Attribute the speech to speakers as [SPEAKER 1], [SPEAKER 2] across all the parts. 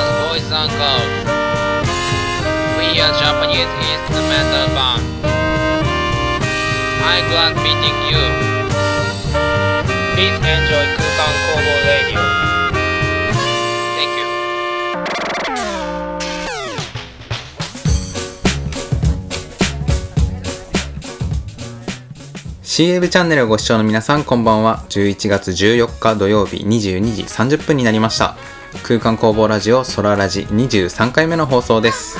[SPEAKER 1] long ago. We are Japanese instrumental band. I'm glad meeting you. Please enjoy 空間工房 Radio. Thank you.
[SPEAKER 2] ー CAB チャンネルをご視聴の皆さんこんばんは11月14日土曜日22時30分になりました空間工房ラジオソララジ23回目の放送です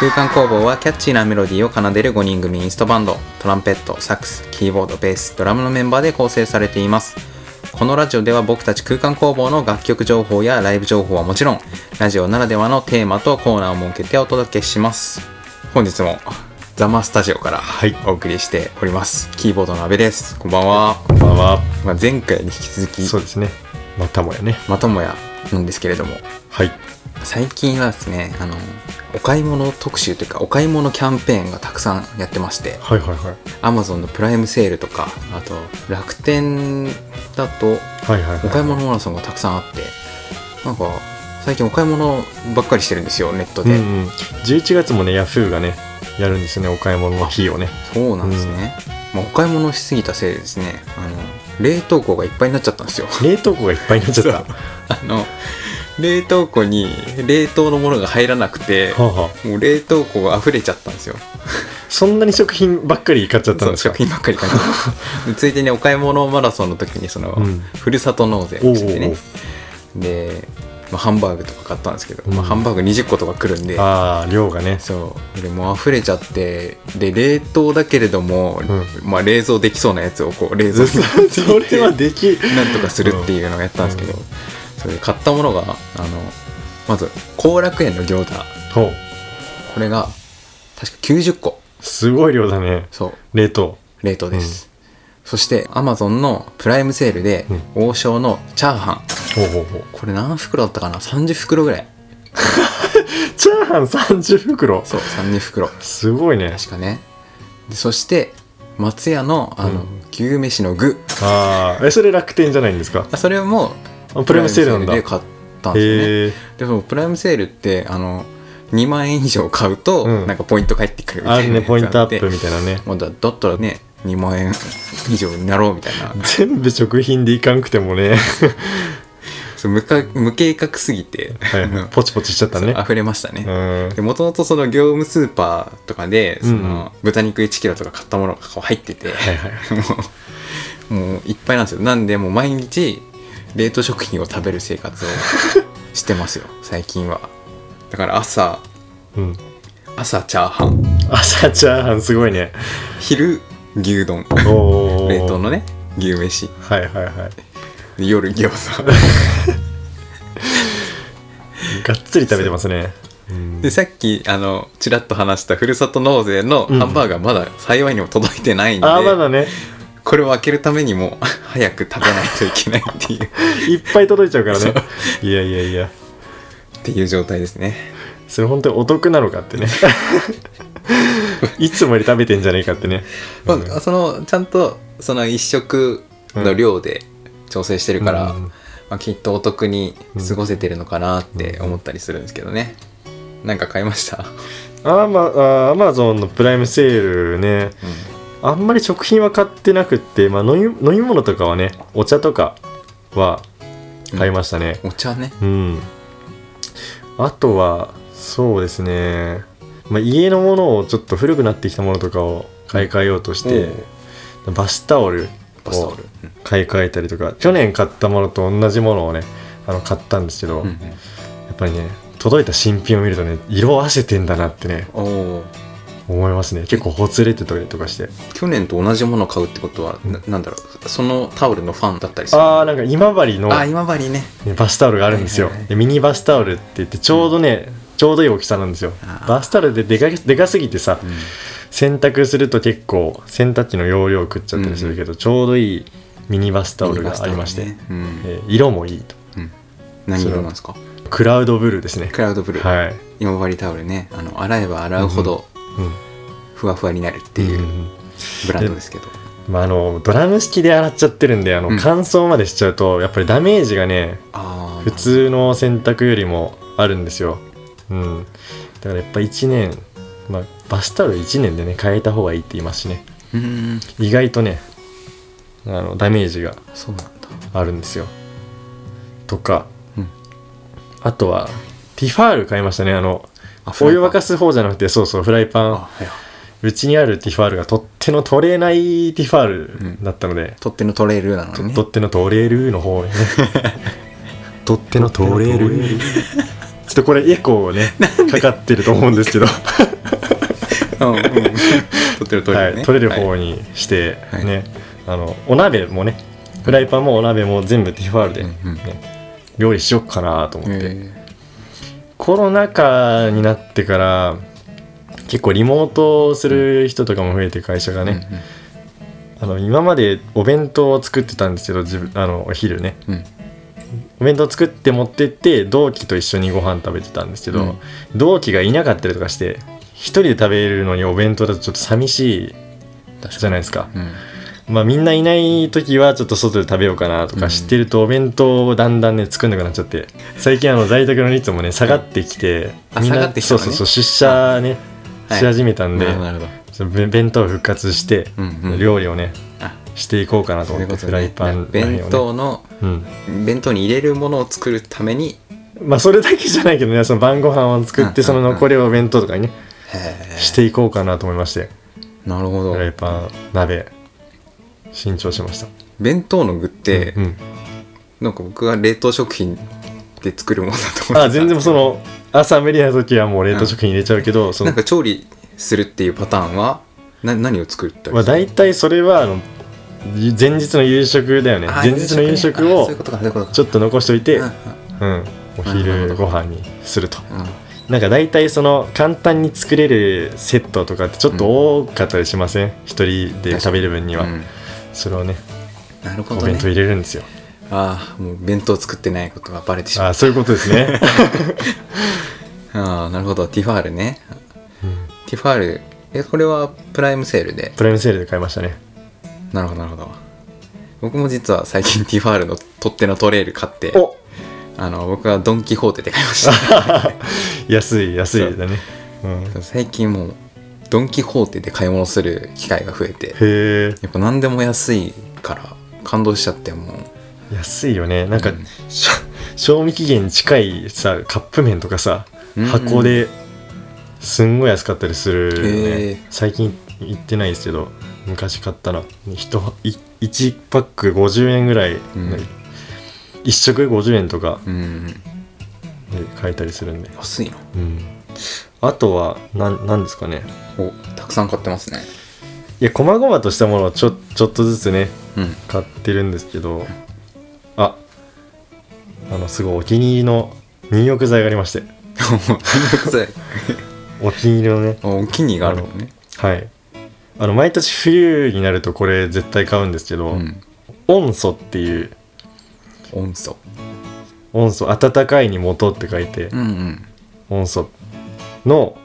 [SPEAKER 2] 空間工房はキャッチーなメロディーを奏でる5人組インストバンドトランペットサックスキーボードベースドラムのメンバーで構成されていますこのラジオでは僕たち空間工房の楽曲情報やライブ情報はもちろんラジオならではのテーマとコーナーを設けてお届けします本日もザマスタジオからお送りしております、キーボードの阿部ですこんばんは、
[SPEAKER 3] こんばんは。
[SPEAKER 2] まあ、前回に引き続き
[SPEAKER 3] そうですね。またもやね。
[SPEAKER 2] またもやなんですけれども
[SPEAKER 3] はい。
[SPEAKER 2] 最近はですねあのお買い物特集というかお買い物キャンペーンがたくさんやってまして
[SPEAKER 3] はいはいはい。
[SPEAKER 2] Amazon のプライムセールとかあと楽天だと
[SPEAKER 3] はいはい、はい。
[SPEAKER 2] お買い物マラソンがたくさんあってなんか最近お買い物ばっかりしてるんですよネット
[SPEAKER 3] う
[SPEAKER 2] で、
[SPEAKER 3] んうん。11月もね、ヤフーがね、やるんですよね、お買い物の日をね。
[SPEAKER 2] そうなんですね、まあ、お買い物しすぎたせいでですねあの冷凍庫がいっぱいになっちゃったんですよ
[SPEAKER 3] 冷凍庫がいっぱいになっちゃった。は
[SPEAKER 2] あの冷凍庫に冷凍のものが入らなくて
[SPEAKER 3] あ、はあ、
[SPEAKER 2] もう冷凍庫が溢れちゃったんですよ
[SPEAKER 3] そんなに食品ばっかり買っちゃった
[SPEAKER 2] そう
[SPEAKER 3] んですか
[SPEAKER 2] 食品ばっかり買 ってついでにお買い物マラソンの時にその、
[SPEAKER 3] うん
[SPEAKER 2] ふるさと納税
[SPEAKER 3] おうお
[SPEAKER 2] を
[SPEAKER 3] う
[SPEAKER 2] してねで、まあ、ハンバーグとか買ったんですけど、
[SPEAKER 3] うん
[SPEAKER 2] まあ、ハンバーグ20個とか来るんで
[SPEAKER 3] ああ、量がね。
[SPEAKER 2] そうでもう溢れちゃってで冷凍だけれども、
[SPEAKER 3] う
[SPEAKER 2] まあ、冷蔵できそうなやつをこう冷蔵庫に
[SPEAKER 3] それはでき。
[SPEAKER 2] なんとかするっていうのをやったんですけど、
[SPEAKER 3] うん
[SPEAKER 2] それで買ったものがあのまず後楽園の餃子
[SPEAKER 3] ほう。
[SPEAKER 2] これが確か90個
[SPEAKER 3] すごい量だね。
[SPEAKER 2] そう
[SPEAKER 3] 冷凍。
[SPEAKER 2] 冷凍です、そしてアマゾンのプライムセールで王将のチャーハン
[SPEAKER 3] ほうほうほう。
[SPEAKER 2] これ何袋だったかな30袋ぐらい
[SPEAKER 3] チャーハン30袋。
[SPEAKER 2] そう30袋
[SPEAKER 3] すごいね。
[SPEAKER 2] 確かねでそして松屋のあの、
[SPEAKER 3] うん
[SPEAKER 2] 牛飯の具
[SPEAKER 3] ああ。え、それ楽天じゃないんですか
[SPEAKER 2] あそれも
[SPEAKER 3] あプライムセールなん
[SPEAKER 2] プ
[SPEAKER 3] だ。
[SPEAKER 2] ライムセー
[SPEAKER 3] へ
[SPEAKER 2] ルで買ったんですよね、
[SPEAKER 3] え。
[SPEAKER 2] でもプライムセールってあの2万円以上買うと、
[SPEAKER 3] うん
[SPEAKER 2] なんかポイント返ってくるみた
[SPEAKER 3] あ
[SPEAKER 2] い
[SPEAKER 3] る
[SPEAKER 2] な
[SPEAKER 3] ね、
[SPEAKER 2] やつ
[SPEAKER 3] ポイント
[SPEAKER 2] あ
[SPEAKER 3] ア
[SPEAKER 2] っ
[SPEAKER 3] ッ
[SPEAKER 2] て
[SPEAKER 3] プみたいなね。
[SPEAKER 2] もうだだったらね2万円以上になろうみたいな
[SPEAKER 3] 全部食品でいかんくてもね
[SPEAKER 2] そう無か無計画すぎて、
[SPEAKER 3] は
[SPEAKER 2] あ
[SPEAKER 3] い
[SPEAKER 2] の
[SPEAKER 3] ポチポチしちゃったね
[SPEAKER 2] そう溢れましたね、
[SPEAKER 3] うん
[SPEAKER 2] でもともとその業務スーパーとかでそ
[SPEAKER 3] うんうん
[SPEAKER 2] の豚肉1キロとか買ったものがこう入ってて、
[SPEAKER 3] はいはい
[SPEAKER 2] もうもういっぱいなんですよなんでもう毎日冷凍食品を食べる生 活をしてますよ最近はだから朝
[SPEAKER 3] うん
[SPEAKER 2] 朝チャーハン
[SPEAKER 3] 朝チャーハンすごいね
[SPEAKER 2] 昼牛丼
[SPEAKER 3] おー
[SPEAKER 2] 冷凍のね牛飯
[SPEAKER 3] はいはいはい
[SPEAKER 2] で 夜餃子
[SPEAKER 3] がっつり食べてますねうん
[SPEAKER 2] でさっきあのちらっと話したふるさと納税のハンバーガーまだ幸いにも届いてないんで、
[SPEAKER 3] あーまだね
[SPEAKER 2] これを開けるためにも 早く食べないといけないって いう
[SPEAKER 3] いっぱい届いちゃうからねいやいやいや
[SPEAKER 2] っていう状態ですね
[SPEAKER 3] それ本当にお得なのかってねいつもより食べてんじゃねえかってね、
[SPEAKER 2] まあ
[SPEAKER 3] うん
[SPEAKER 2] そのちゃんとその1食の量で調整してるから、
[SPEAKER 3] うん
[SPEAKER 2] まあ、きっとお得に過ごせてるのかなって思ったりするんですけどね、なんか買いました、
[SPEAKER 3] アマあーアマゾンのプライムセールねあんまり食品は買ってなくって、まあ、飲み飲み物とかはねお茶とかは買いましたね
[SPEAKER 2] お茶ね
[SPEAKER 3] うん、あとはそうですね、まあ、家のものをちょっと古くなってきたものとかを買い替えようとして、バスタオル
[SPEAKER 2] バスタオ
[SPEAKER 3] を
[SPEAKER 2] ル、
[SPEAKER 3] 買い替えたりとか去年買ったものと同じものをねあの買ったんですけど、
[SPEAKER 2] うん
[SPEAKER 3] やっぱりね届いた新品を見るとね色あせてんだなってね
[SPEAKER 2] おおー
[SPEAKER 3] 思いますね結構ほつれてたりとかして
[SPEAKER 2] 去年と同じものを買うってことは、ななんだろうそのタオルのファンだったりする
[SPEAKER 3] ああなんか今治の
[SPEAKER 2] あー今治ね
[SPEAKER 3] ねバスタオルがあるんですよ、
[SPEAKER 2] はいはいはい
[SPEAKER 3] でミニバスタオルって言ってちょうどね、ちょうどいい大きさなんですよ
[SPEAKER 2] あー
[SPEAKER 3] バスタオルででかでかすぎてさ、
[SPEAKER 2] うん
[SPEAKER 3] 洗濯すると結構洗濯機の容量食っちゃったりするけど、ちょうどいいミニバスタオルがありまして、
[SPEAKER 2] ミニバスタオルねうん
[SPEAKER 3] えー色もいいと
[SPEAKER 2] うん何色なんですか
[SPEAKER 3] クラウドブルーですね
[SPEAKER 2] クラウドブルー、
[SPEAKER 3] はい、
[SPEAKER 2] 今治タオルねあの洗えば洗うほど
[SPEAKER 3] うん、っ
[SPEAKER 2] ふわふわになるっていうブランドですけど、
[SPEAKER 3] まあ、あのドラム式で洗っちゃってるんであの、
[SPEAKER 2] うん
[SPEAKER 3] 乾燥までしちゃうとやっぱりダメージがね
[SPEAKER 2] ああ
[SPEAKER 3] 普通の洗濯よりもあるんですようん、だからやっぱ1年、まあ、バスタオル1年でね変えた方がいいって言いますしね
[SPEAKER 2] うーん
[SPEAKER 3] 意外とねあのダメージが
[SPEAKER 2] そうなんだ
[SPEAKER 3] あるんですよとか、
[SPEAKER 2] うん
[SPEAKER 3] あとはティファール買いましたねあの
[SPEAKER 2] あフ
[SPEAKER 3] お
[SPEAKER 2] ライ
[SPEAKER 3] 湯
[SPEAKER 2] パン
[SPEAKER 3] 沸かす方じゃなくてそうそうフライパ
[SPEAKER 2] あ
[SPEAKER 3] ン
[SPEAKER 2] はいはいう
[SPEAKER 3] ちにあるティファールがとっての取れないティファールだったので、
[SPEAKER 2] 取っ手の取れるなのにね
[SPEAKER 3] とっての取れるの方ねとっての取れ るちょっとこれエコーねかかってると思うんですけど
[SPEAKER 2] うんうん 取っ手の取れる
[SPEAKER 3] は
[SPEAKER 2] ね
[SPEAKER 3] い、取れる
[SPEAKER 2] はい
[SPEAKER 3] 方にして、
[SPEAKER 2] はい
[SPEAKER 3] ねあのお鍋もねフライパンもお鍋も全部ティファールで、
[SPEAKER 2] うん
[SPEAKER 3] ね
[SPEAKER 2] うん
[SPEAKER 3] 料理しよっかなと思って、
[SPEAKER 2] え
[SPEAKER 3] コロナ禍になってから結構リモートをする人とかも増えて会社が
[SPEAKER 2] ー
[SPEAKER 3] ね、あの今までお弁当を作ってたんですけど自分あのお昼ね
[SPEAKER 2] うんうん
[SPEAKER 3] お弁当作って持ってって同期と一緒にご飯食べてたんですけど、
[SPEAKER 2] うん
[SPEAKER 3] 同期がいなかったりとかして一人で食べるのにお弁当だとちょっと寂しい
[SPEAKER 2] 確
[SPEAKER 3] じゃないですか、
[SPEAKER 2] うん
[SPEAKER 3] まあ、みんないない時はちょっと外で食べようかなと
[SPEAKER 2] うん
[SPEAKER 3] か知ってるとお弁当をだんだんね作んなくなっちゃって最近あの在宅の率もね下がってきて
[SPEAKER 2] あ
[SPEAKER 3] みんな
[SPEAKER 2] 下がってきた
[SPEAKER 3] そ
[SPEAKER 2] の
[SPEAKER 3] う
[SPEAKER 2] ね
[SPEAKER 3] そうそう出社ね
[SPEAKER 2] はい
[SPEAKER 3] し始めたん
[SPEAKER 2] な
[SPEAKER 3] で、
[SPEAKER 2] るほどなるほど
[SPEAKER 3] そのべ弁当を復活して
[SPEAKER 2] うんうん
[SPEAKER 3] 料理をね
[SPEAKER 2] あ
[SPEAKER 3] していこうかなと
[SPEAKER 2] そうい
[SPEAKER 3] 思
[SPEAKER 2] うこ
[SPEAKER 3] って
[SPEAKER 2] と
[SPEAKER 3] フライ
[SPEAKER 2] ね
[SPEAKER 3] パンの辺をね
[SPEAKER 2] 弁当の
[SPEAKER 3] うん
[SPEAKER 2] 弁当に入れるものを作るために
[SPEAKER 3] まあそれだけじゃないけどねその晩ご飯を作っ
[SPEAKER 2] うんうんうん
[SPEAKER 3] てその残りをお弁当とかにね
[SPEAKER 2] へ
[SPEAKER 3] していこうかなと思いまして
[SPEAKER 2] ーなるほ
[SPEAKER 3] フラ
[SPEAKER 2] ど
[SPEAKER 3] イパン鍋新調しました
[SPEAKER 2] 弁当の具って、
[SPEAKER 3] うん
[SPEAKER 2] なんか僕は冷凍食品で作るものだと思ってた
[SPEAKER 3] あ全然その朝無理な時はもう冷凍食品入れちゃうけど、そ
[SPEAKER 2] な
[SPEAKER 3] の
[SPEAKER 2] んか調理するっていうパターンはな何を作ったり
[SPEAKER 3] まあ、
[SPEAKER 2] する
[SPEAKER 3] 大体それはあのゆ前日の夕食だよね
[SPEAKER 2] あ
[SPEAKER 3] 前日の夕食
[SPEAKER 2] あ
[SPEAKER 3] を
[SPEAKER 2] そういうことかそういうことか
[SPEAKER 3] ちょっと残しておいて、
[SPEAKER 2] う
[SPEAKER 3] うんん
[SPEAKER 2] うん
[SPEAKER 3] お
[SPEAKER 2] なる
[SPEAKER 3] 昼
[SPEAKER 2] ほど
[SPEAKER 3] ご飯にすると
[SPEAKER 2] うん
[SPEAKER 3] なんか大体その簡単に作れるセットとかってちょっと多かったりしません、一人で食べる分には、
[SPEAKER 2] うん
[SPEAKER 3] それをね
[SPEAKER 2] なるほ
[SPEAKER 3] お
[SPEAKER 2] ど
[SPEAKER 3] 弁当
[SPEAKER 2] ね
[SPEAKER 3] 入れるんですよ、
[SPEAKER 2] ああもう弁当作ってないことがバレてしま
[SPEAKER 3] あ
[SPEAKER 2] う
[SPEAKER 3] そういうことですね
[SPEAKER 2] ああなるほどティファールね
[SPEAKER 3] うん
[SPEAKER 2] ティファールえこれはプライムセールで
[SPEAKER 3] プライムセールで買いましたね
[SPEAKER 2] なるほどなるほど僕も実は最近ティファールの取っ手のトレイル買って
[SPEAKER 3] お
[SPEAKER 2] あの僕はドン・キホーテで買いました
[SPEAKER 3] 安い安いだね、うん、へ
[SPEAKER 2] 最近もうドン・キホーテで買い物する機会が増えて
[SPEAKER 3] え
[SPEAKER 2] やっぱ何でも安いから感動しちゃってもう
[SPEAKER 3] 安いよねなんか、
[SPEAKER 2] うん
[SPEAKER 3] しょ賞味期限近いさカップ麺とかさ
[SPEAKER 2] うんうん
[SPEAKER 3] 箱ですんごい安かったりするよね、
[SPEAKER 2] へー
[SPEAKER 3] 最近行ってないですけど昔買ったら1パック50円ぐらい、
[SPEAKER 2] ん
[SPEAKER 3] 1食50円とか
[SPEAKER 2] うん
[SPEAKER 3] で買えたりするんで、
[SPEAKER 2] 安いの
[SPEAKER 3] うんあとはなんなんですかね
[SPEAKER 2] おたくさん買ってますね
[SPEAKER 3] いや細々としたものをちょちょっとずつね
[SPEAKER 2] うん
[SPEAKER 3] 買ってるんですけどああのすごいお気に入りの入浴剤がありましてお気に入りのね
[SPEAKER 2] おお気に入りがあるのね
[SPEAKER 3] はいあの毎年冬になるとこれ絶対買うんですけど、
[SPEAKER 2] うん
[SPEAKER 3] 温素っていう
[SPEAKER 2] 音素
[SPEAKER 3] 温素温かいに元って書いて、
[SPEAKER 2] うんうん
[SPEAKER 3] 温素の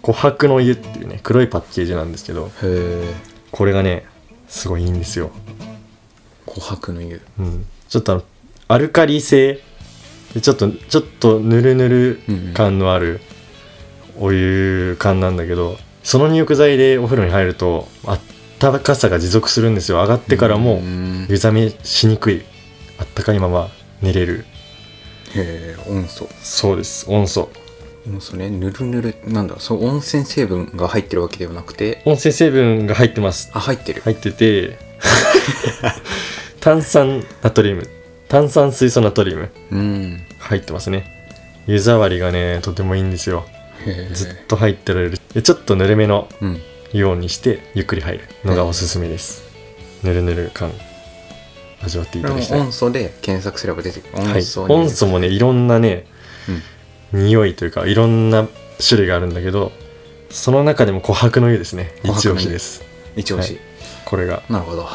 [SPEAKER 3] 琥珀の湯っていうね黒いパッケージなんですけど
[SPEAKER 2] へえ
[SPEAKER 3] これがねすごいいいんですよ、
[SPEAKER 2] 琥珀の湯
[SPEAKER 3] うん、ちょっとあのアルカリ性でちょっとちょっとぬるぬる感のあるお湯感なんだけどその入浴剤でお風呂に入るとあったかさが持続するんですよ上がってからも
[SPEAKER 2] うんへ
[SPEAKER 3] 湯冷めしにくいあったかいまま寝れる
[SPEAKER 2] え音素
[SPEAKER 3] そうです温素
[SPEAKER 2] 音素ねぬるぬるなんだそう温泉成分が入ってるわけではなくて
[SPEAKER 3] 温泉成分が入ってます
[SPEAKER 2] あ入ってる
[SPEAKER 3] 入ってて 炭酸ナトリウム炭酸水素ナトリウム
[SPEAKER 2] うんへ
[SPEAKER 3] 入ってますね湯触りがねとてもいいんですよ
[SPEAKER 2] え
[SPEAKER 3] ずっと入ってられるでちょっとぬるめの
[SPEAKER 2] うん
[SPEAKER 3] ようにしてゆっくり入るのがおすすめです、ぬるぬる感味わってい
[SPEAKER 2] こ
[SPEAKER 3] た
[SPEAKER 2] れ
[SPEAKER 3] だ
[SPEAKER 2] も
[SPEAKER 3] きたい
[SPEAKER 2] 音素で検索すれば出てくる
[SPEAKER 3] はい
[SPEAKER 2] 音素に
[SPEAKER 3] 音素もねいろんなね
[SPEAKER 2] うん
[SPEAKER 3] 匂いというかいろんな種類があるんだけどその中でも琥珀の湯ですね
[SPEAKER 2] 琥珀の湯
[SPEAKER 3] 一押しです
[SPEAKER 2] 一押し
[SPEAKER 3] はこれが
[SPEAKER 2] なるほど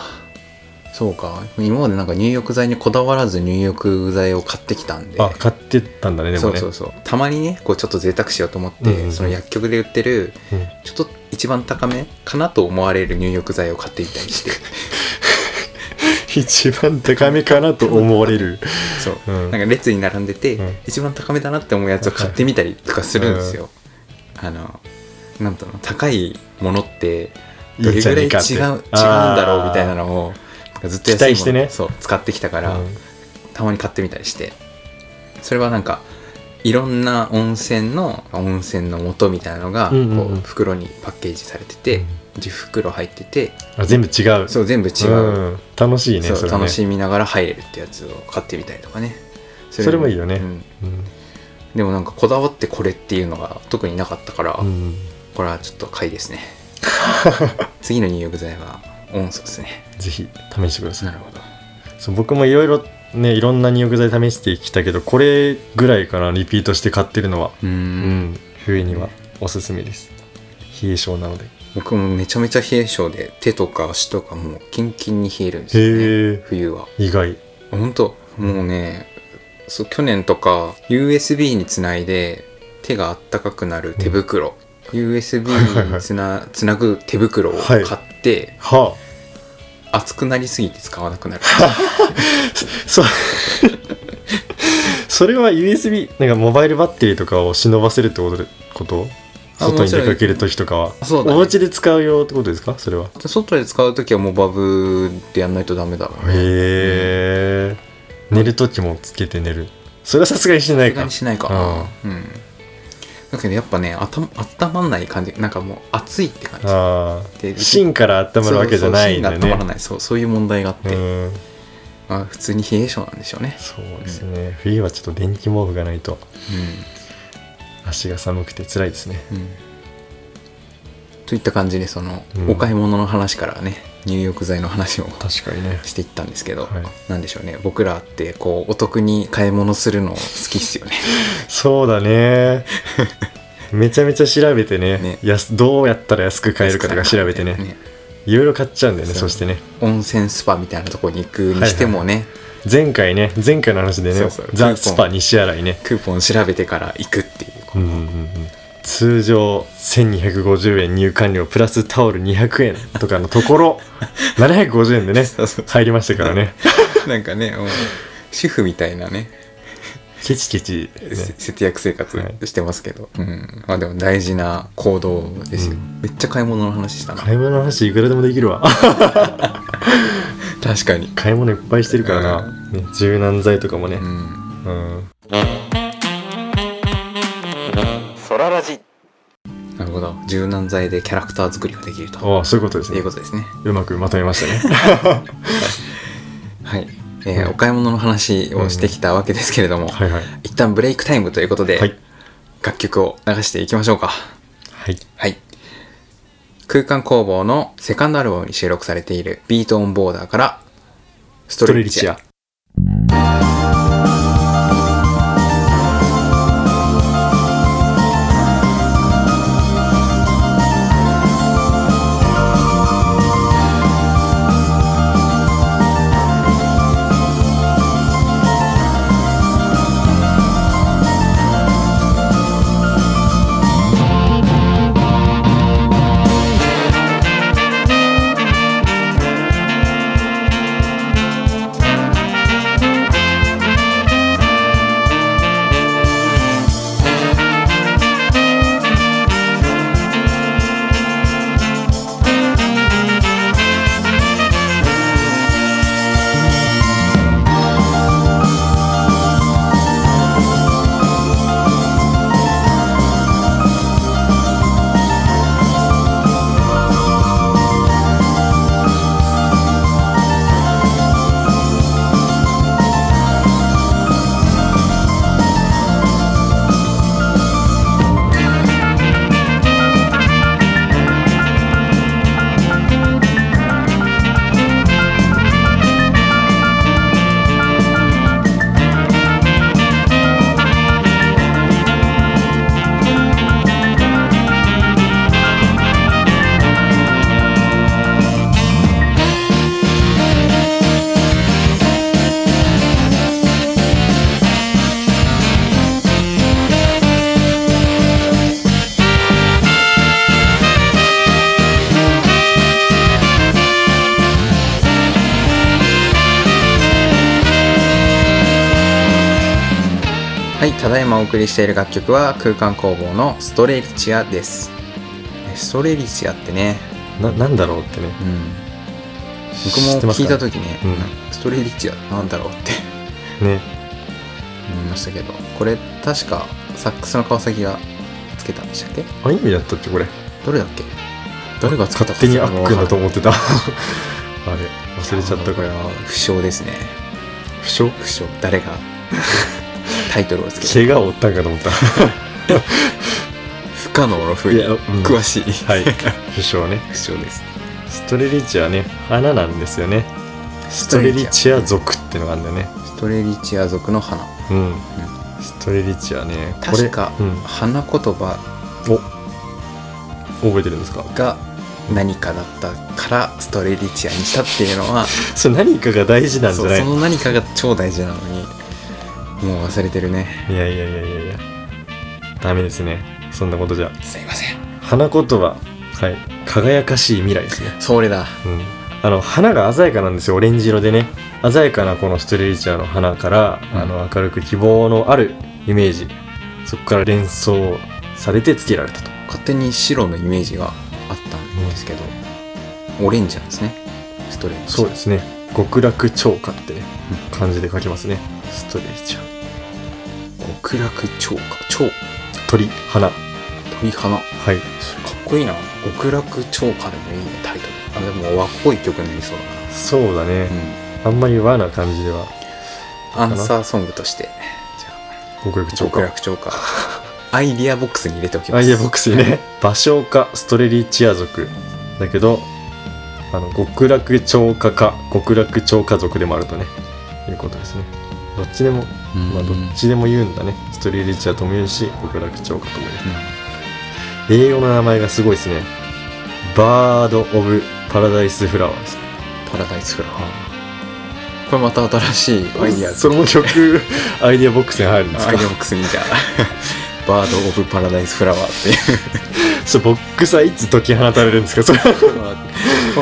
[SPEAKER 2] そうか今までなんか入浴剤にこだわらず入浴剤を買ってきたんで
[SPEAKER 3] あ買ってたんだねでも
[SPEAKER 2] そ
[SPEAKER 3] ね
[SPEAKER 2] うそうそうたまにねこうちょっと贅沢しようと思って、
[SPEAKER 3] うんうんうん
[SPEAKER 2] その薬局で売ってる
[SPEAKER 3] うん
[SPEAKER 2] ちょっと 一番高めかなと思われる入浴剤を買っていたりして
[SPEAKER 3] 一番高めかなと思われる
[SPEAKER 2] そう、
[SPEAKER 3] うん
[SPEAKER 2] なんか列に並んでて、
[SPEAKER 3] うん
[SPEAKER 2] 一番高めだなって思うやつを買ってみたりとかするんですよ、あのなんだろうの高いものってどれぐらい違う違うん
[SPEAKER 3] いいんじゃねえかって
[SPEAKER 2] だろうみたいなのをなんかずっと安いもの
[SPEAKER 3] 期待してね
[SPEAKER 2] そう使ってきたから、
[SPEAKER 3] うん
[SPEAKER 2] たまに買ってみたりしてそれはなんかいろんな温泉の温泉の素みたいなのがこ
[SPEAKER 3] うんうんうん
[SPEAKER 2] う袋にパッケージされてて、10袋入ってて
[SPEAKER 3] あ全部違う
[SPEAKER 2] そう全部違う、
[SPEAKER 3] ん楽しいねそ
[SPEAKER 2] そう
[SPEAKER 3] れね
[SPEAKER 2] 楽しみながら入れるってやつを買ってみたりとかねそ
[SPEAKER 3] それもいいよね
[SPEAKER 2] うん
[SPEAKER 3] うん
[SPEAKER 2] でもなんかこだわってこれっていうのが特になかったから、
[SPEAKER 3] うん
[SPEAKER 2] これはちょっと買い ですね次の入浴剤は音素ですね
[SPEAKER 3] ぜひ試してください
[SPEAKER 2] なるほど
[SPEAKER 3] そう僕もいろいろねいろんな入浴剤試してきたけどこれぐらいかなリピートして買ってるのは
[SPEAKER 2] うーん
[SPEAKER 3] うん冬にはおすすめです冷え性なので
[SPEAKER 2] 僕もめちゃめちゃ冷え性で手とか足とかもうキンキンに冷えるんですよね
[SPEAKER 3] へえ
[SPEAKER 2] 冬は
[SPEAKER 3] 意外
[SPEAKER 2] 本当もうねそう去年とか USB につないで手があったかくなる手袋、USB につなつなぐ手袋を買って、
[SPEAKER 3] は
[SPEAKER 2] 熱くなりすぎて使わなくなる
[SPEAKER 3] あそ それは USB なんかモバイルバッテリーとかを忍ばせるってことでこと
[SPEAKER 2] あ
[SPEAKER 3] 外
[SPEAKER 2] も
[SPEAKER 3] に
[SPEAKER 2] ちろ
[SPEAKER 3] 出
[SPEAKER 2] ん
[SPEAKER 3] かける時とかは、
[SPEAKER 2] そうだね
[SPEAKER 3] お家で使うよってことですかそれは
[SPEAKER 2] 外で使う時はモバブでやんないとダメだろうね
[SPEAKER 3] へえ、寝る時もつけて寝るそれはさすがにしな
[SPEAKER 2] さす
[SPEAKER 3] い
[SPEAKER 2] が
[SPEAKER 3] か
[SPEAKER 2] にしないかなうんだけどやっぱねあた温まんない感じなんかもう暑いって感じ
[SPEAKER 3] あ
[SPEAKER 2] で
[SPEAKER 3] あ芯から温まるわけじゃないんだ
[SPEAKER 2] そう
[SPEAKER 3] ね
[SPEAKER 2] そう芯が温まらないそうそういう問題があって、
[SPEAKER 3] うん
[SPEAKER 2] まあ、普通に冷え性なんでしょうね
[SPEAKER 3] そうですね、冬はちょっと電気毛布がないと足が寒くて辛いですね
[SPEAKER 2] うん、うん、といった感じでその、
[SPEAKER 3] うん
[SPEAKER 2] お買い物の話からね入浴剤の話を
[SPEAKER 3] 確かにね
[SPEAKER 2] していったんですけど、
[SPEAKER 3] はい
[SPEAKER 2] なんでしょうね僕らってこうお得に買い物するの好きっすよね
[SPEAKER 3] そう だねめちゃめちゃ調べてね
[SPEAKER 2] ね
[SPEAKER 3] 安どうやったら安 く買えるかとか調べ てねいろいろ買っちゃうんだよね
[SPEAKER 2] そう
[SPEAKER 3] そしてね
[SPEAKER 2] 温泉スパみたいなとこに行くにしてもね、
[SPEAKER 3] 前回ね前回の話でね
[SPEAKER 2] そうそうクーポ
[SPEAKER 3] ザ・
[SPEAKER 2] ン
[SPEAKER 3] スパ西新井ね、
[SPEAKER 2] クーポン調べてから行くっていうこ
[SPEAKER 3] うんうんうん、通常1250円入館料プラスタオル200円とかのと ころ750円でね
[SPEAKER 2] そうそう
[SPEAKER 3] 入りましたからね
[SPEAKER 2] となんかねもう 主婦みたいなね
[SPEAKER 3] ケチケチ、ね、
[SPEAKER 2] せ節約生活
[SPEAKER 3] はい
[SPEAKER 2] してますけど、うんまあでも大事な行動ですよ、
[SPEAKER 3] うん
[SPEAKER 2] めっちゃ買い物の話 したな
[SPEAKER 3] 買い物の話いくらでもできる わ
[SPEAKER 2] 確かに、
[SPEAKER 3] 買い物いっぱいしてるからな、ね、柔軟剤とかもね
[SPEAKER 2] う、ん、
[SPEAKER 3] うん、
[SPEAKER 2] なるほど柔軟剤でキャラクター作りができると
[SPEAKER 3] ああそういうことです
[SPEAKER 2] い
[SPEAKER 3] ね
[SPEAKER 2] うことですね
[SPEAKER 3] うまくまとめまし たね
[SPEAKER 2] はい、えーお買い物の話をしてきたわけですけれども、
[SPEAKER 3] はいはい
[SPEAKER 2] 一旦ブレイクタイムということで、
[SPEAKER 3] はい
[SPEAKER 2] 楽曲を流していきましょうか
[SPEAKER 3] はい
[SPEAKER 2] はい空間工房のセカンドアルバムに収録されている「ビート・オン・ボーダー」から「スト
[SPEAKER 3] スト
[SPEAKER 2] レ
[SPEAKER 3] レ
[SPEAKER 2] リ
[SPEAKER 3] リ
[SPEAKER 2] チ
[SPEAKER 3] チ
[SPEAKER 2] ア
[SPEAKER 3] ア」
[SPEAKER 4] 「
[SPEAKER 2] ただいまお送りしている楽曲は空間工房のストレリチアですえストレリチアってね、
[SPEAKER 3] ななんだろうってね
[SPEAKER 2] うん、僕
[SPEAKER 3] 知って
[SPEAKER 2] も
[SPEAKER 3] ます
[SPEAKER 2] 聞い
[SPEAKER 3] か
[SPEAKER 2] た時ね、
[SPEAKER 3] うん
[SPEAKER 2] ストレリチアなんだろうって
[SPEAKER 3] ね
[SPEAKER 2] 思いましたけどこれ確かサックスの川崎がつけたんでしたっけ
[SPEAKER 3] アニメだったっけこれ
[SPEAKER 2] どれだっけ誰が使ったか
[SPEAKER 3] 勝手にあっくんだと
[SPEAKER 2] う
[SPEAKER 3] 思 ってたあれ忘れちゃった
[SPEAKER 2] こ
[SPEAKER 3] か
[SPEAKER 2] れ
[SPEAKER 3] ら
[SPEAKER 2] は不詳ですね
[SPEAKER 3] 不詳
[SPEAKER 2] 不詳 誰がタイトルをつけた
[SPEAKER 3] 怪我を負ったんかと思った
[SPEAKER 2] 不可能の不
[SPEAKER 3] い
[SPEAKER 2] 意
[SPEAKER 3] やうん
[SPEAKER 2] 詳しい、
[SPEAKER 3] はい不詳ね
[SPEAKER 2] 不詳です
[SPEAKER 3] ストレリチアね花なんですよねストレリチア族ってのがあるんだよね
[SPEAKER 2] ストレリチア族の花
[SPEAKER 3] うん、ストレリチアねこれ
[SPEAKER 2] 確か
[SPEAKER 3] うん、
[SPEAKER 2] 花言葉
[SPEAKER 3] 覚えてるんですか
[SPEAKER 2] が何かだったからストレリチアにしたっていうのは
[SPEAKER 3] それ何かが大事なんじ
[SPEAKER 2] そ
[SPEAKER 3] ゃ
[SPEAKER 2] う
[SPEAKER 3] ない
[SPEAKER 2] その何かが超大事なのにもう忘れてるね
[SPEAKER 3] いやいやいやいやいやダメですねそんなことじゃ
[SPEAKER 2] すいません
[SPEAKER 3] 花言葉はい輝かしい未来ですね
[SPEAKER 2] それだ
[SPEAKER 3] うんあの花が鮮やかなんですよオレンジ色でね鮮やかなこのストレリチアの花から、
[SPEAKER 2] うん
[SPEAKER 3] あの明るく希望のあるイメージそこから連想されてつけられたと
[SPEAKER 2] 勝手に白のイメージがあったんですけど、オレンジなんですねストレリチア
[SPEAKER 3] そうですね極楽鳥歌ってね漢字で書きますねストレリチア
[SPEAKER 2] 極楽鳥か鳥
[SPEAKER 3] 鳥花
[SPEAKER 2] 鳥花か
[SPEAKER 3] はい
[SPEAKER 2] っこいいな極楽鳥かでもいいねタイトルあでも和っぽい曲になりそうだ
[SPEAKER 3] そうだね
[SPEAKER 2] な、、
[SPEAKER 3] あんまり和な感じでは
[SPEAKER 2] うん、アンサーソングとしてじゃあ
[SPEAKER 3] 極楽鳥
[SPEAKER 2] 極
[SPEAKER 3] 歌
[SPEAKER 2] 楽鳥 かアイディアボックスに入れておきます
[SPEAKER 3] アイデアボックスにね芭蕉かストレリチア族だけどあの極楽鳥歌か極楽鳥歌族でもあるとねいうことですねどっちでも
[SPEAKER 2] うん
[SPEAKER 3] まあどっちでも言うんだねストレリチアとも言うし極楽鳥歌とも言う
[SPEAKER 2] う
[SPEAKER 3] 英語の名前がすごいですねバード・オブ・パラダイス・フラワーです
[SPEAKER 2] んパラダイスフラワーこれまた新しいアイディア
[SPEAKER 3] その曲アイディアボックスに入るんです
[SPEAKER 2] ア
[SPEAKER 3] か
[SPEAKER 2] イディアボックスにじゃあ バード・オブ・パラダイス・フラワーっていう
[SPEAKER 3] そうボックスはいつ解き放たれるんですかそれ
[SPEAKER 2] まあま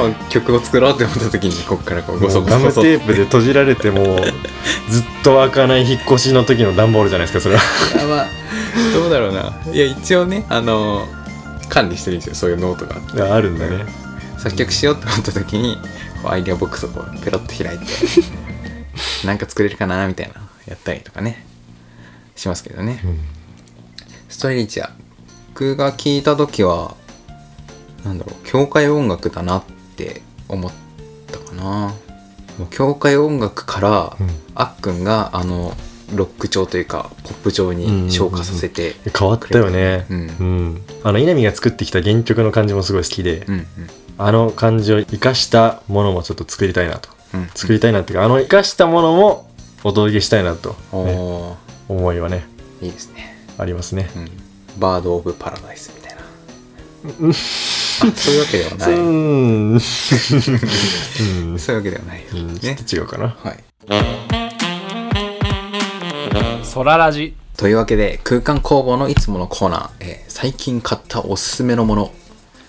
[SPEAKER 2] あ曲を作ろうって思った時にここからこうごそご
[SPEAKER 3] ガ
[SPEAKER 2] そご
[SPEAKER 3] ム
[SPEAKER 2] そ
[SPEAKER 3] テープで閉じられてもうずっと開かない引っ越しの時の段ボールじゃないですかそれは
[SPEAKER 2] あまあどうだろうないや一応ねあの管理してるんですよそういうノートがあって
[SPEAKER 3] ああるんだね
[SPEAKER 2] 作曲しようって思った時にこうアイディアボックスをこうペロッと開いて なんか作れるかなみたいなやったりとかねしますけどねストレリチア僕が聞いた時はなんだろう教会音楽だなって思ったかなもう教会音楽から、
[SPEAKER 3] うん
[SPEAKER 2] あっくんがあのロック調というかポップ調に昇華させて
[SPEAKER 3] 変わったよね
[SPEAKER 2] う
[SPEAKER 3] うんん、あの稲見が作ってきた原曲の感じもすごい好きで、
[SPEAKER 2] うんうん
[SPEAKER 3] あの感じを生かしたものもちょっと作りたいなと
[SPEAKER 2] うん
[SPEAKER 3] 作りたいなっていうかあの生かしたものもお届けしたいなと、
[SPEAKER 2] お
[SPEAKER 3] ね
[SPEAKER 2] お
[SPEAKER 3] 思いはね
[SPEAKER 2] ーいいですね、
[SPEAKER 3] ありますね
[SPEAKER 2] うん、バード・オブ・パラダイスみ たいなあそういうわけではな
[SPEAKER 3] う
[SPEAKER 2] い
[SPEAKER 3] んうん
[SPEAKER 2] そういうわけではないです
[SPEAKER 3] うん
[SPEAKER 2] ね、
[SPEAKER 3] ちょっと違うかな
[SPEAKER 2] はい
[SPEAKER 1] ソララジ
[SPEAKER 2] というわけで空間工房のいつものコーナー、えー最近買ったおすすめのもの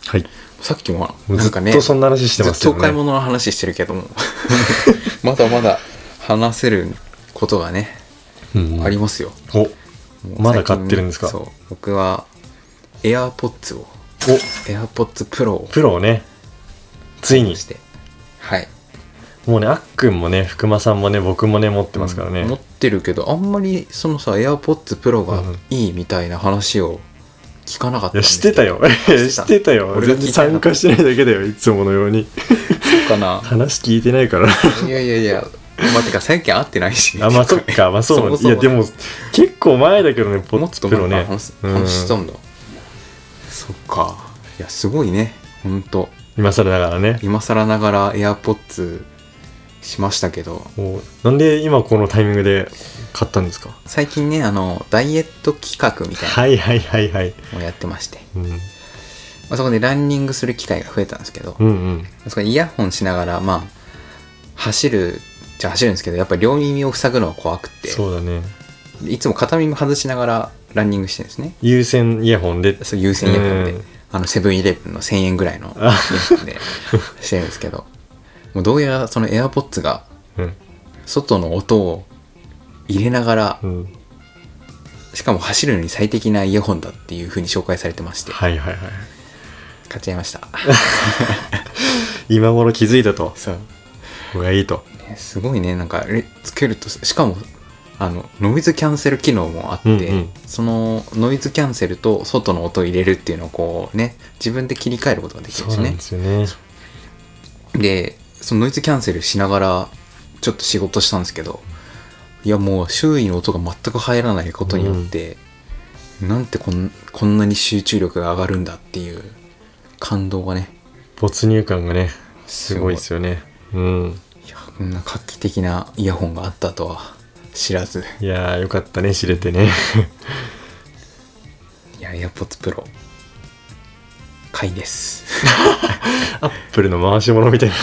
[SPEAKER 3] はい
[SPEAKER 2] さっきも
[SPEAKER 3] もう
[SPEAKER 2] な
[SPEAKER 3] ず
[SPEAKER 2] ん
[SPEAKER 3] っ
[SPEAKER 2] かね
[SPEAKER 3] とそんな話してます
[SPEAKER 2] ずっ
[SPEAKER 3] よ
[SPEAKER 2] と
[SPEAKER 3] ね
[SPEAKER 2] 買い物の話してるけど もまだまだ話せることがね、
[SPEAKER 3] うん
[SPEAKER 2] ありますよ
[SPEAKER 3] お
[SPEAKER 2] もう
[SPEAKER 3] ま
[SPEAKER 2] 最
[SPEAKER 3] だ
[SPEAKER 2] 近
[SPEAKER 3] 買ってるんですか
[SPEAKER 2] そう僕は AirPods を
[SPEAKER 3] お
[SPEAKER 2] AirPods Pro を
[SPEAKER 3] プロをねついに
[SPEAKER 2] してはい
[SPEAKER 3] もうねあっくんもね福間さんもね僕もね持ってますからね、
[SPEAKER 2] 持ってるけどあんまりそのさ AirPods Pro が
[SPEAKER 3] うん
[SPEAKER 2] いいみたいな話を聞かなかった
[SPEAKER 3] い
[SPEAKER 2] ん
[SPEAKER 3] や
[SPEAKER 2] です
[SPEAKER 3] 知ってた よ知ってたよ
[SPEAKER 2] 俺が
[SPEAKER 3] 全
[SPEAKER 2] 聞い
[SPEAKER 3] 然
[SPEAKER 2] てなかった
[SPEAKER 3] 参加してないだけだよいつものように
[SPEAKER 2] かな
[SPEAKER 3] 話聞いてないから
[SPEAKER 2] いやいやいやまあてか最近会ってないし
[SPEAKER 3] あまあそっ かまあそう
[SPEAKER 2] そもそ
[SPEAKER 3] い
[SPEAKER 2] も
[SPEAKER 3] やでも結構前だけどねポ
[SPEAKER 2] もっ
[SPEAKER 3] ッ
[SPEAKER 2] と
[SPEAKER 3] プロね
[SPEAKER 2] 前から話す
[SPEAKER 3] うん
[SPEAKER 2] 話したんだ、そっかいやすごいねほんと
[SPEAKER 3] 今更だからね
[SPEAKER 2] 今更ながら AirPods しましたけど
[SPEAKER 3] もうなんで今このタイミングで買ったんですか
[SPEAKER 2] 最近ねあのダイエット企画みたいな
[SPEAKER 3] はいはいはいはい、
[SPEAKER 2] のをやってまして、
[SPEAKER 3] うん、
[SPEAKER 2] まあ、そこでランニングする機会が増えたんですけど、
[SPEAKER 3] うんうん
[SPEAKER 2] そこでイヤホンしながらまあ走るじゃ走るんですけどやっぱり両耳を塞ぐのは怖くて
[SPEAKER 3] そうだね
[SPEAKER 2] いつも片耳外しながらランニングしてるんですね
[SPEAKER 3] 有線イヤホンで
[SPEAKER 2] そう優先イヤホンで、
[SPEAKER 3] うん
[SPEAKER 2] あのセブンイレブンの1000円ぐらいのイヤ
[SPEAKER 3] あ
[SPEAKER 2] ホンでしてるんですけどもうどうやらその AirPods が
[SPEAKER 3] うん
[SPEAKER 2] 外の音を入れながら
[SPEAKER 3] うん
[SPEAKER 2] しかも走るのに最適なイヤホンだっていう風に紹介されてまして
[SPEAKER 3] はいはいはい
[SPEAKER 2] 買っちゃいました
[SPEAKER 3] 今頃気づいたと
[SPEAKER 2] そう
[SPEAKER 3] これがいいと
[SPEAKER 2] ねすごいねなんかえつけるとしかもあのノイズキャンセル機能もあって、
[SPEAKER 3] うんうん
[SPEAKER 2] そのノイズキャンセルと外の音を入れるっていうのをこうね自分で切り替えることができるん
[SPEAKER 3] そ
[SPEAKER 2] で
[SPEAKER 3] う
[SPEAKER 2] す
[SPEAKER 3] なん
[SPEAKER 2] ね
[SPEAKER 3] ですよね
[SPEAKER 2] でそのノイズキャンセルしながらちょっと仕事したんですけどいやもう周囲の音が全く入らないことによって、なんてこんこんなに集中力が上がるんだっていう感動がね
[SPEAKER 3] 没入感がねすごいですよねうん
[SPEAKER 2] いやこんな画期的なイヤホンがあったとは知らず
[SPEAKER 3] いやーよかったね知れてね
[SPEAKER 2] いや AirPods Pro 買いです
[SPEAKER 3] アップルの回し物みたいな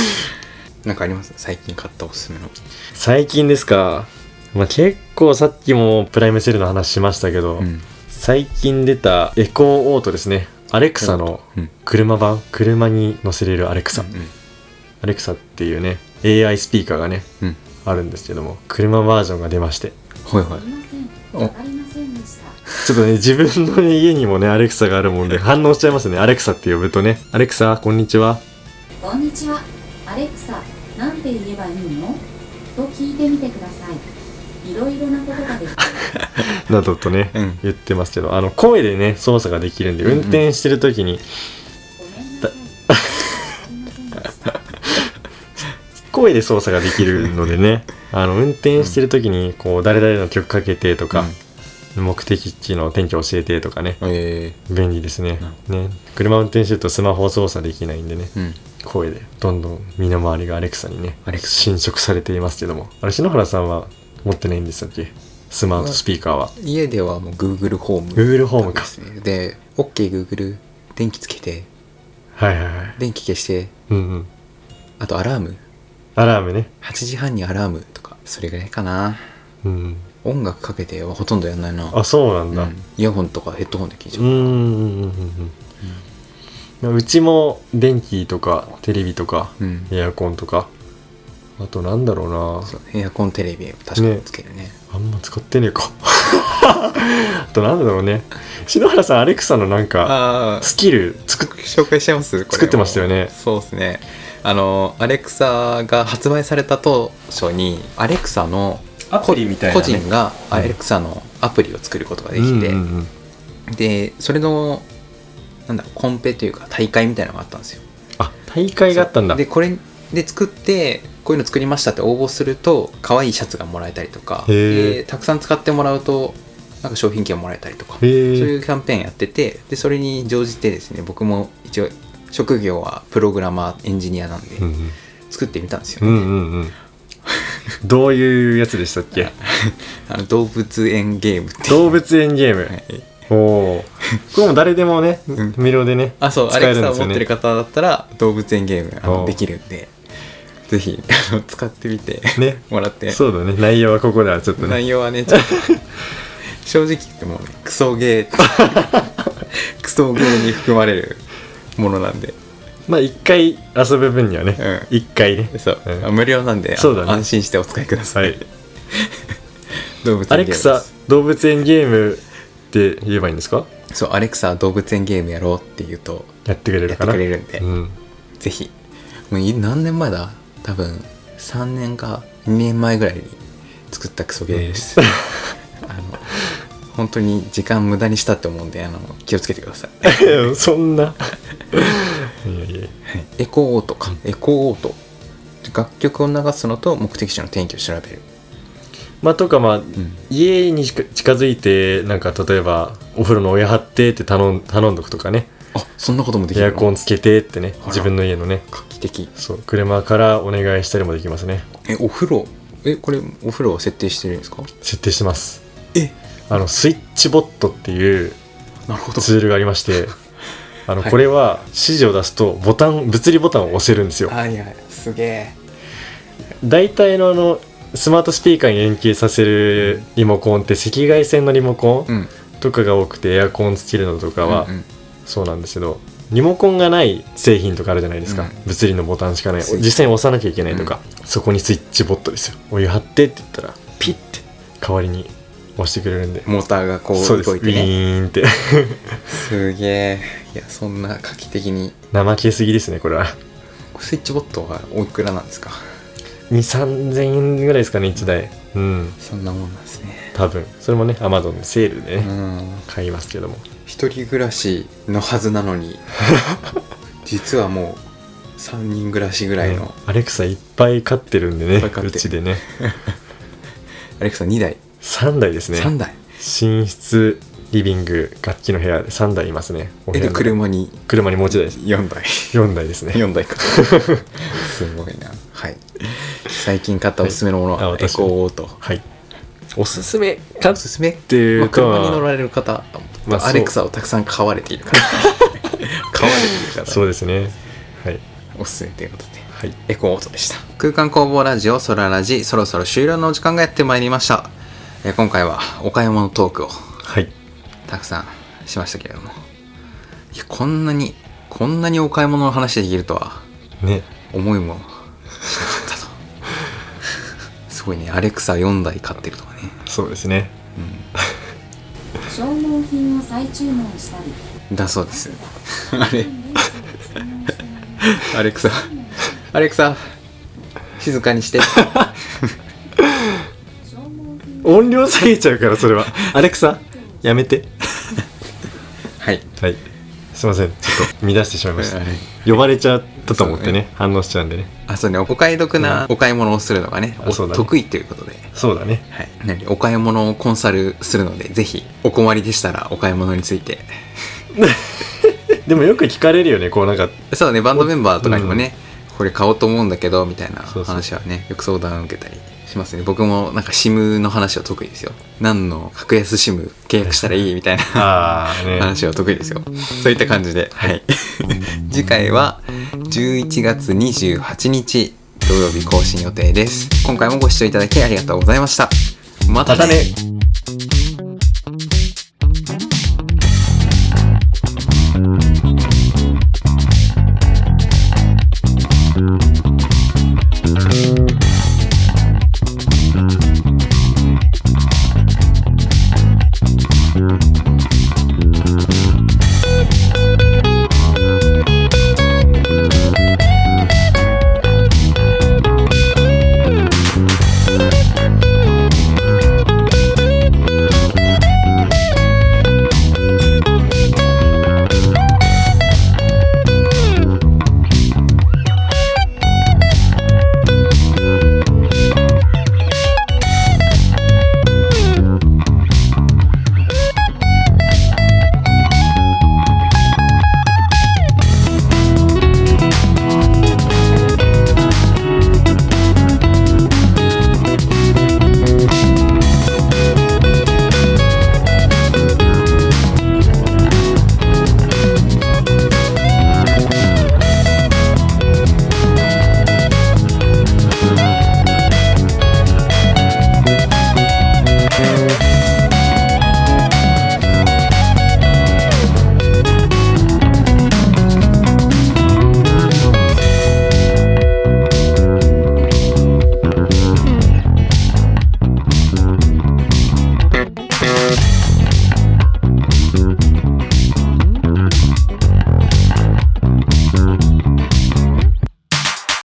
[SPEAKER 2] なんかあります最近買ったおすすめの
[SPEAKER 3] 最近ですか、まあ、結構さっきもプライムセールの話しましたけど、
[SPEAKER 2] うん
[SPEAKER 3] 最近出たエコーオートですねアレクサの
[SPEAKER 2] うん
[SPEAKER 3] 車版車に乗せれるアレクサ、
[SPEAKER 2] うん
[SPEAKER 3] アレクサっていうね AI スピーカーがね
[SPEAKER 2] うん
[SPEAKER 3] あるんですけども車バージョンが出まして
[SPEAKER 2] はいはいお
[SPEAKER 4] ありませんでした。
[SPEAKER 3] ちょっとね自分の、ね、家にもねアレクサがあるもんで反応しちゃいますねアレクサって呼ぶとね「アレクサこんにちは
[SPEAKER 4] こんにちは。アレクサ、なんて言えばいいのと聞いてみてください。いろいろなことができる。」
[SPEAKER 3] などとね、
[SPEAKER 2] うん
[SPEAKER 3] 言ってますけどあの声でね操作ができるんで
[SPEAKER 2] うんうん
[SPEAKER 3] 運転してる時に
[SPEAKER 4] ごめんなさい。ありませんでした。
[SPEAKER 3] 声で操作ができるので ねあの運転してる時にこう誰々の曲かけてとか、目的地の天気教えてとかね
[SPEAKER 2] うんえ
[SPEAKER 3] 便利ですね
[SPEAKER 2] なる
[SPEAKER 3] ね車運転してるとスマホ操作できないんでね
[SPEAKER 2] ーうん
[SPEAKER 3] 声でどんどん身の回りがアレクサにね
[SPEAKER 2] アレクサ
[SPEAKER 3] 侵食されていますけどもあれ篠原さんは持ってないんでしたっけスマートスピーカーは
[SPEAKER 2] 家ではもう Google ホーム
[SPEAKER 3] Google ホームか
[SPEAKER 2] ですねで OKGoogle 電気つけて
[SPEAKER 3] はいはいはい
[SPEAKER 2] 電気消して
[SPEAKER 3] うんうん
[SPEAKER 2] あとアラーム
[SPEAKER 3] アラームね
[SPEAKER 2] 8時半にアラームとかそれぐらいかな
[SPEAKER 3] うんうん
[SPEAKER 2] 音楽かけてはほとんどやんないな
[SPEAKER 3] あそうなんだ
[SPEAKER 2] うんイヤホンとかヘッドホンで聞いちゃ
[SPEAKER 3] う
[SPEAKER 2] う、
[SPEAKER 3] んうんうんうんうんうちも電気とかテレビとか
[SPEAKER 2] うん
[SPEAKER 3] エアコンとかあとなんだろうな
[SPEAKER 2] そうエアコンテレビ確かにつけるね
[SPEAKER 3] あんま使ってねえか あとなんだろうね篠原さんアレクサのなんか
[SPEAKER 2] ああ
[SPEAKER 3] スキル作っ
[SPEAKER 2] 紹介しちゃいますこれも
[SPEAKER 3] 作ってましたよね
[SPEAKER 2] そうですねあのアレクサが発売された当初にアレクサの
[SPEAKER 3] アプリみた
[SPEAKER 2] 個人が
[SPEAKER 3] うん
[SPEAKER 2] アレクサのアプリを作ることができて、
[SPEAKER 3] うんうんうん
[SPEAKER 2] でそれのなんだコンペというか大会みたいなのがあったんですよ
[SPEAKER 3] あ大会があったんだ
[SPEAKER 2] でこれで作ってこういうの作りましたって応募すると可愛いシャツがもらえたりとか
[SPEAKER 3] へー
[SPEAKER 2] でたくさん使ってもらうとなんか商品券もらえたりとか
[SPEAKER 3] へ
[SPEAKER 2] そう
[SPEAKER 3] ー
[SPEAKER 2] いうキャンペーンやっててでそれに乗じてですね僕も一応職業はプログラマーエンジニアなんで
[SPEAKER 3] うんうん
[SPEAKER 2] 作ってみたんですよ
[SPEAKER 3] う
[SPEAKER 2] ね、
[SPEAKER 3] んうんうんどういうやつでしたっけ
[SPEAKER 2] あの動物園ゲームっていう
[SPEAKER 3] 動物園ゲーム、
[SPEAKER 2] はい
[SPEAKER 3] おおこれも誰でもね
[SPEAKER 2] ん
[SPEAKER 3] 無料でね
[SPEAKER 2] あそう、
[SPEAKER 3] 使
[SPEAKER 2] アレ
[SPEAKER 3] える
[SPEAKER 2] クサ
[SPEAKER 3] んで
[SPEAKER 2] を
[SPEAKER 3] すよ
[SPEAKER 2] 持ってる
[SPEAKER 3] ね
[SPEAKER 2] 方だったら動物園ゲームあ
[SPEAKER 3] お
[SPEAKER 2] の
[SPEAKER 3] う
[SPEAKER 2] できるんでぜひあの使ってみて
[SPEAKER 3] ね
[SPEAKER 2] もらって
[SPEAKER 3] そうだね内容はここではちょっとね
[SPEAKER 2] 内容はね ちょっと正直言ってもうねクソゲー クソゲーに含まれるものなんで
[SPEAKER 3] まあ一回遊ぶ分にはね
[SPEAKER 2] う
[SPEAKER 3] 一、回ね
[SPEAKER 2] そう、
[SPEAKER 3] うん
[SPEAKER 2] あ無料なんであの
[SPEAKER 3] そうだね
[SPEAKER 2] 安心してお使いくださ、
[SPEAKER 3] はいい
[SPEAKER 2] 動物園ゲームです
[SPEAKER 3] アレクサ動物園ゲームって言えばいいんですか
[SPEAKER 2] そうアレクサ動物園ゲームやろうって言うと
[SPEAKER 3] やってくれ
[SPEAKER 2] や
[SPEAKER 3] る
[SPEAKER 2] っ
[SPEAKER 3] か
[SPEAKER 2] て
[SPEAKER 3] な
[SPEAKER 2] くれるんで、
[SPEAKER 3] うん、
[SPEAKER 2] ぜひもうい何年前だ多分3年か2年前ぐらいに作ったクソゲーです、 あの本当に時間無駄にしたって思うんであの気をつけてください
[SPEAKER 3] そん ないやいや
[SPEAKER 2] エコーオートかエコーオート楽曲を流すのと目的地の天気を調べる、
[SPEAKER 3] まあとかまあ
[SPEAKER 2] うん
[SPEAKER 3] 家にしか近づいてなんか例えばお風呂のお湯張ってって頼ん頼んどくとかね
[SPEAKER 2] あそんなこともでき
[SPEAKER 3] エ
[SPEAKER 2] る
[SPEAKER 3] アコンつけてってね
[SPEAKER 2] あら
[SPEAKER 3] 自分の家のね
[SPEAKER 2] 画期的
[SPEAKER 3] そう車からお願いしたりもできますね
[SPEAKER 2] えお風呂えこれお風呂を設定してるんですか
[SPEAKER 3] 設定してます
[SPEAKER 2] え
[SPEAKER 3] あのスイッチボットっていう
[SPEAKER 2] なるほど
[SPEAKER 3] ツールがありま してあの
[SPEAKER 2] はい
[SPEAKER 3] これは指示を出すとボタン物理ボタンを押せるんですよ
[SPEAKER 2] はいはいすげえ
[SPEAKER 3] 大体のあのスマートスピーカーに連携させるリモコンって赤外線のリモコ
[SPEAKER 2] うん
[SPEAKER 3] ンとかが多くてエアコンつけるのとかは
[SPEAKER 2] うんうん
[SPEAKER 3] そうなんですけどリモコンがない製品とかあるじゃないですか、
[SPEAKER 2] うん
[SPEAKER 3] 物理のボタンしかない
[SPEAKER 2] スイッチ
[SPEAKER 3] 実際に押さなきゃいけないとか、そこにスイッチボットですよお湯張ってって言ったらピッて代わりに押してくれるんで
[SPEAKER 2] モーターがこ
[SPEAKER 3] そう
[SPEAKER 2] う
[SPEAKER 3] です
[SPEAKER 2] 動
[SPEAKER 3] ウ
[SPEAKER 2] いて
[SPEAKER 3] ィ
[SPEAKER 2] ね
[SPEAKER 3] ーンって
[SPEAKER 2] すげえいやそんな画期的に
[SPEAKER 3] 怠けすぎですねこれは
[SPEAKER 2] スイッチボットはおいくらなんですか
[SPEAKER 3] 23000円ぐらいですかね1台うん
[SPEAKER 2] そんなもんなんですね
[SPEAKER 3] 多分それもね Amazon でセールで
[SPEAKER 2] う
[SPEAKER 3] ね、
[SPEAKER 2] ん
[SPEAKER 3] 買いますけども
[SPEAKER 2] 一人暮らしのはずなの に実はもう3人暮らしぐらいの、
[SPEAKER 3] ねアレクサいっぱい飼ってるんでね
[SPEAKER 2] いっぱい飼って
[SPEAKER 3] う
[SPEAKER 2] る
[SPEAKER 3] ちでね
[SPEAKER 2] アレクサ2台、
[SPEAKER 3] 3台ですね
[SPEAKER 2] 3台
[SPEAKER 3] 寝室リビング楽器の部屋で3台いますねお部
[SPEAKER 2] え
[SPEAKER 3] 屋の
[SPEAKER 2] で車に
[SPEAKER 3] 車にもう1台です
[SPEAKER 2] 4台
[SPEAKER 3] 4台ですね
[SPEAKER 2] 4台か すごいなはい最近買ったおすすめのもの
[SPEAKER 3] はいあ
[SPEAKER 2] はエ
[SPEAKER 3] 私
[SPEAKER 2] コーオート
[SPEAKER 3] はいおすすめか
[SPEAKER 2] おすすめって
[SPEAKER 3] いうか
[SPEAKER 2] 車に乗られる方、
[SPEAKER 3] まあそう
[SPEAKER 2] アレクサをたくさん 買われている方買われている
[SPEAKER 3] そう
[SPEAKER 2] 方
[SPEAKER 3] ですねはい
[SPEAKER 2] おすすめということで
[SPEAKER 3] はい
[SPEAKER 2] エコーオートでした空間工房ラジオソララジそろそろ終了のお時間がやってまいりました、えー今回はお買い物トークを
[SPEAKER 3] はい
[SPEAKER 2] たくさんしましたけれどもいやこんなにこんなにお買い物の話できるとは
[SPEAKER 3] ね
[SPEAKER 2] 思いもしなかった とすごいねアレクサ4台買ってるとかね
[SPEAKER 3] そうですね
[SPEAKER 4] 消耗品を再注文したり
[SPEAKER 2] だそうです あれ
[SPEAKER 4] 電池を注文したり
[SPEAKER 2] アレク サアレクサ静かに して
[SPEAKER 4] 消耗品
[SPEAKER 3] 音量下げちゃうからそ れはアレクサやめて
[SPEAKER 2] はい
[SPEAKER 3] はいすいませんちょっと乱してしまいました
[SPEAKER 2] はい
[SPEAKER 3] 呼ばれちゃったと思ってね反応しちゃうんでね
[SPEAKER 2] あそうねお買い得なお買い物をするのがね,、
[SPEAKER 3] あそうだね
[SPEAKER 2] 得意ということで
[SPEAKER 3] そうだね
[SPEAKER 2] はい、何お買い物をコンサルするのでぜひお困りでしたらお買い物について
[SPEAKER 3] でもよく聞かれるよねこうなん か
[SPEAKER 2] そうねバンドメンバーとかにもね、これ買おうと思うんだけどみたいな
[SPEAKER 3] そうそう
[SPEAKER 2] 話はねよく相談を受けたりしますね僕もなんか SIM の話は得意ですよ何の格安 SIM 契約したらいいみたいな
[SPEAKER 3] ああね
[SPEAKER 2] 話は得意ですよそういった感じではい 次回は11月28日土曜日更新予定です今回もご視聴いただきありがとうございましたまたね
[SPEAKER 3] またね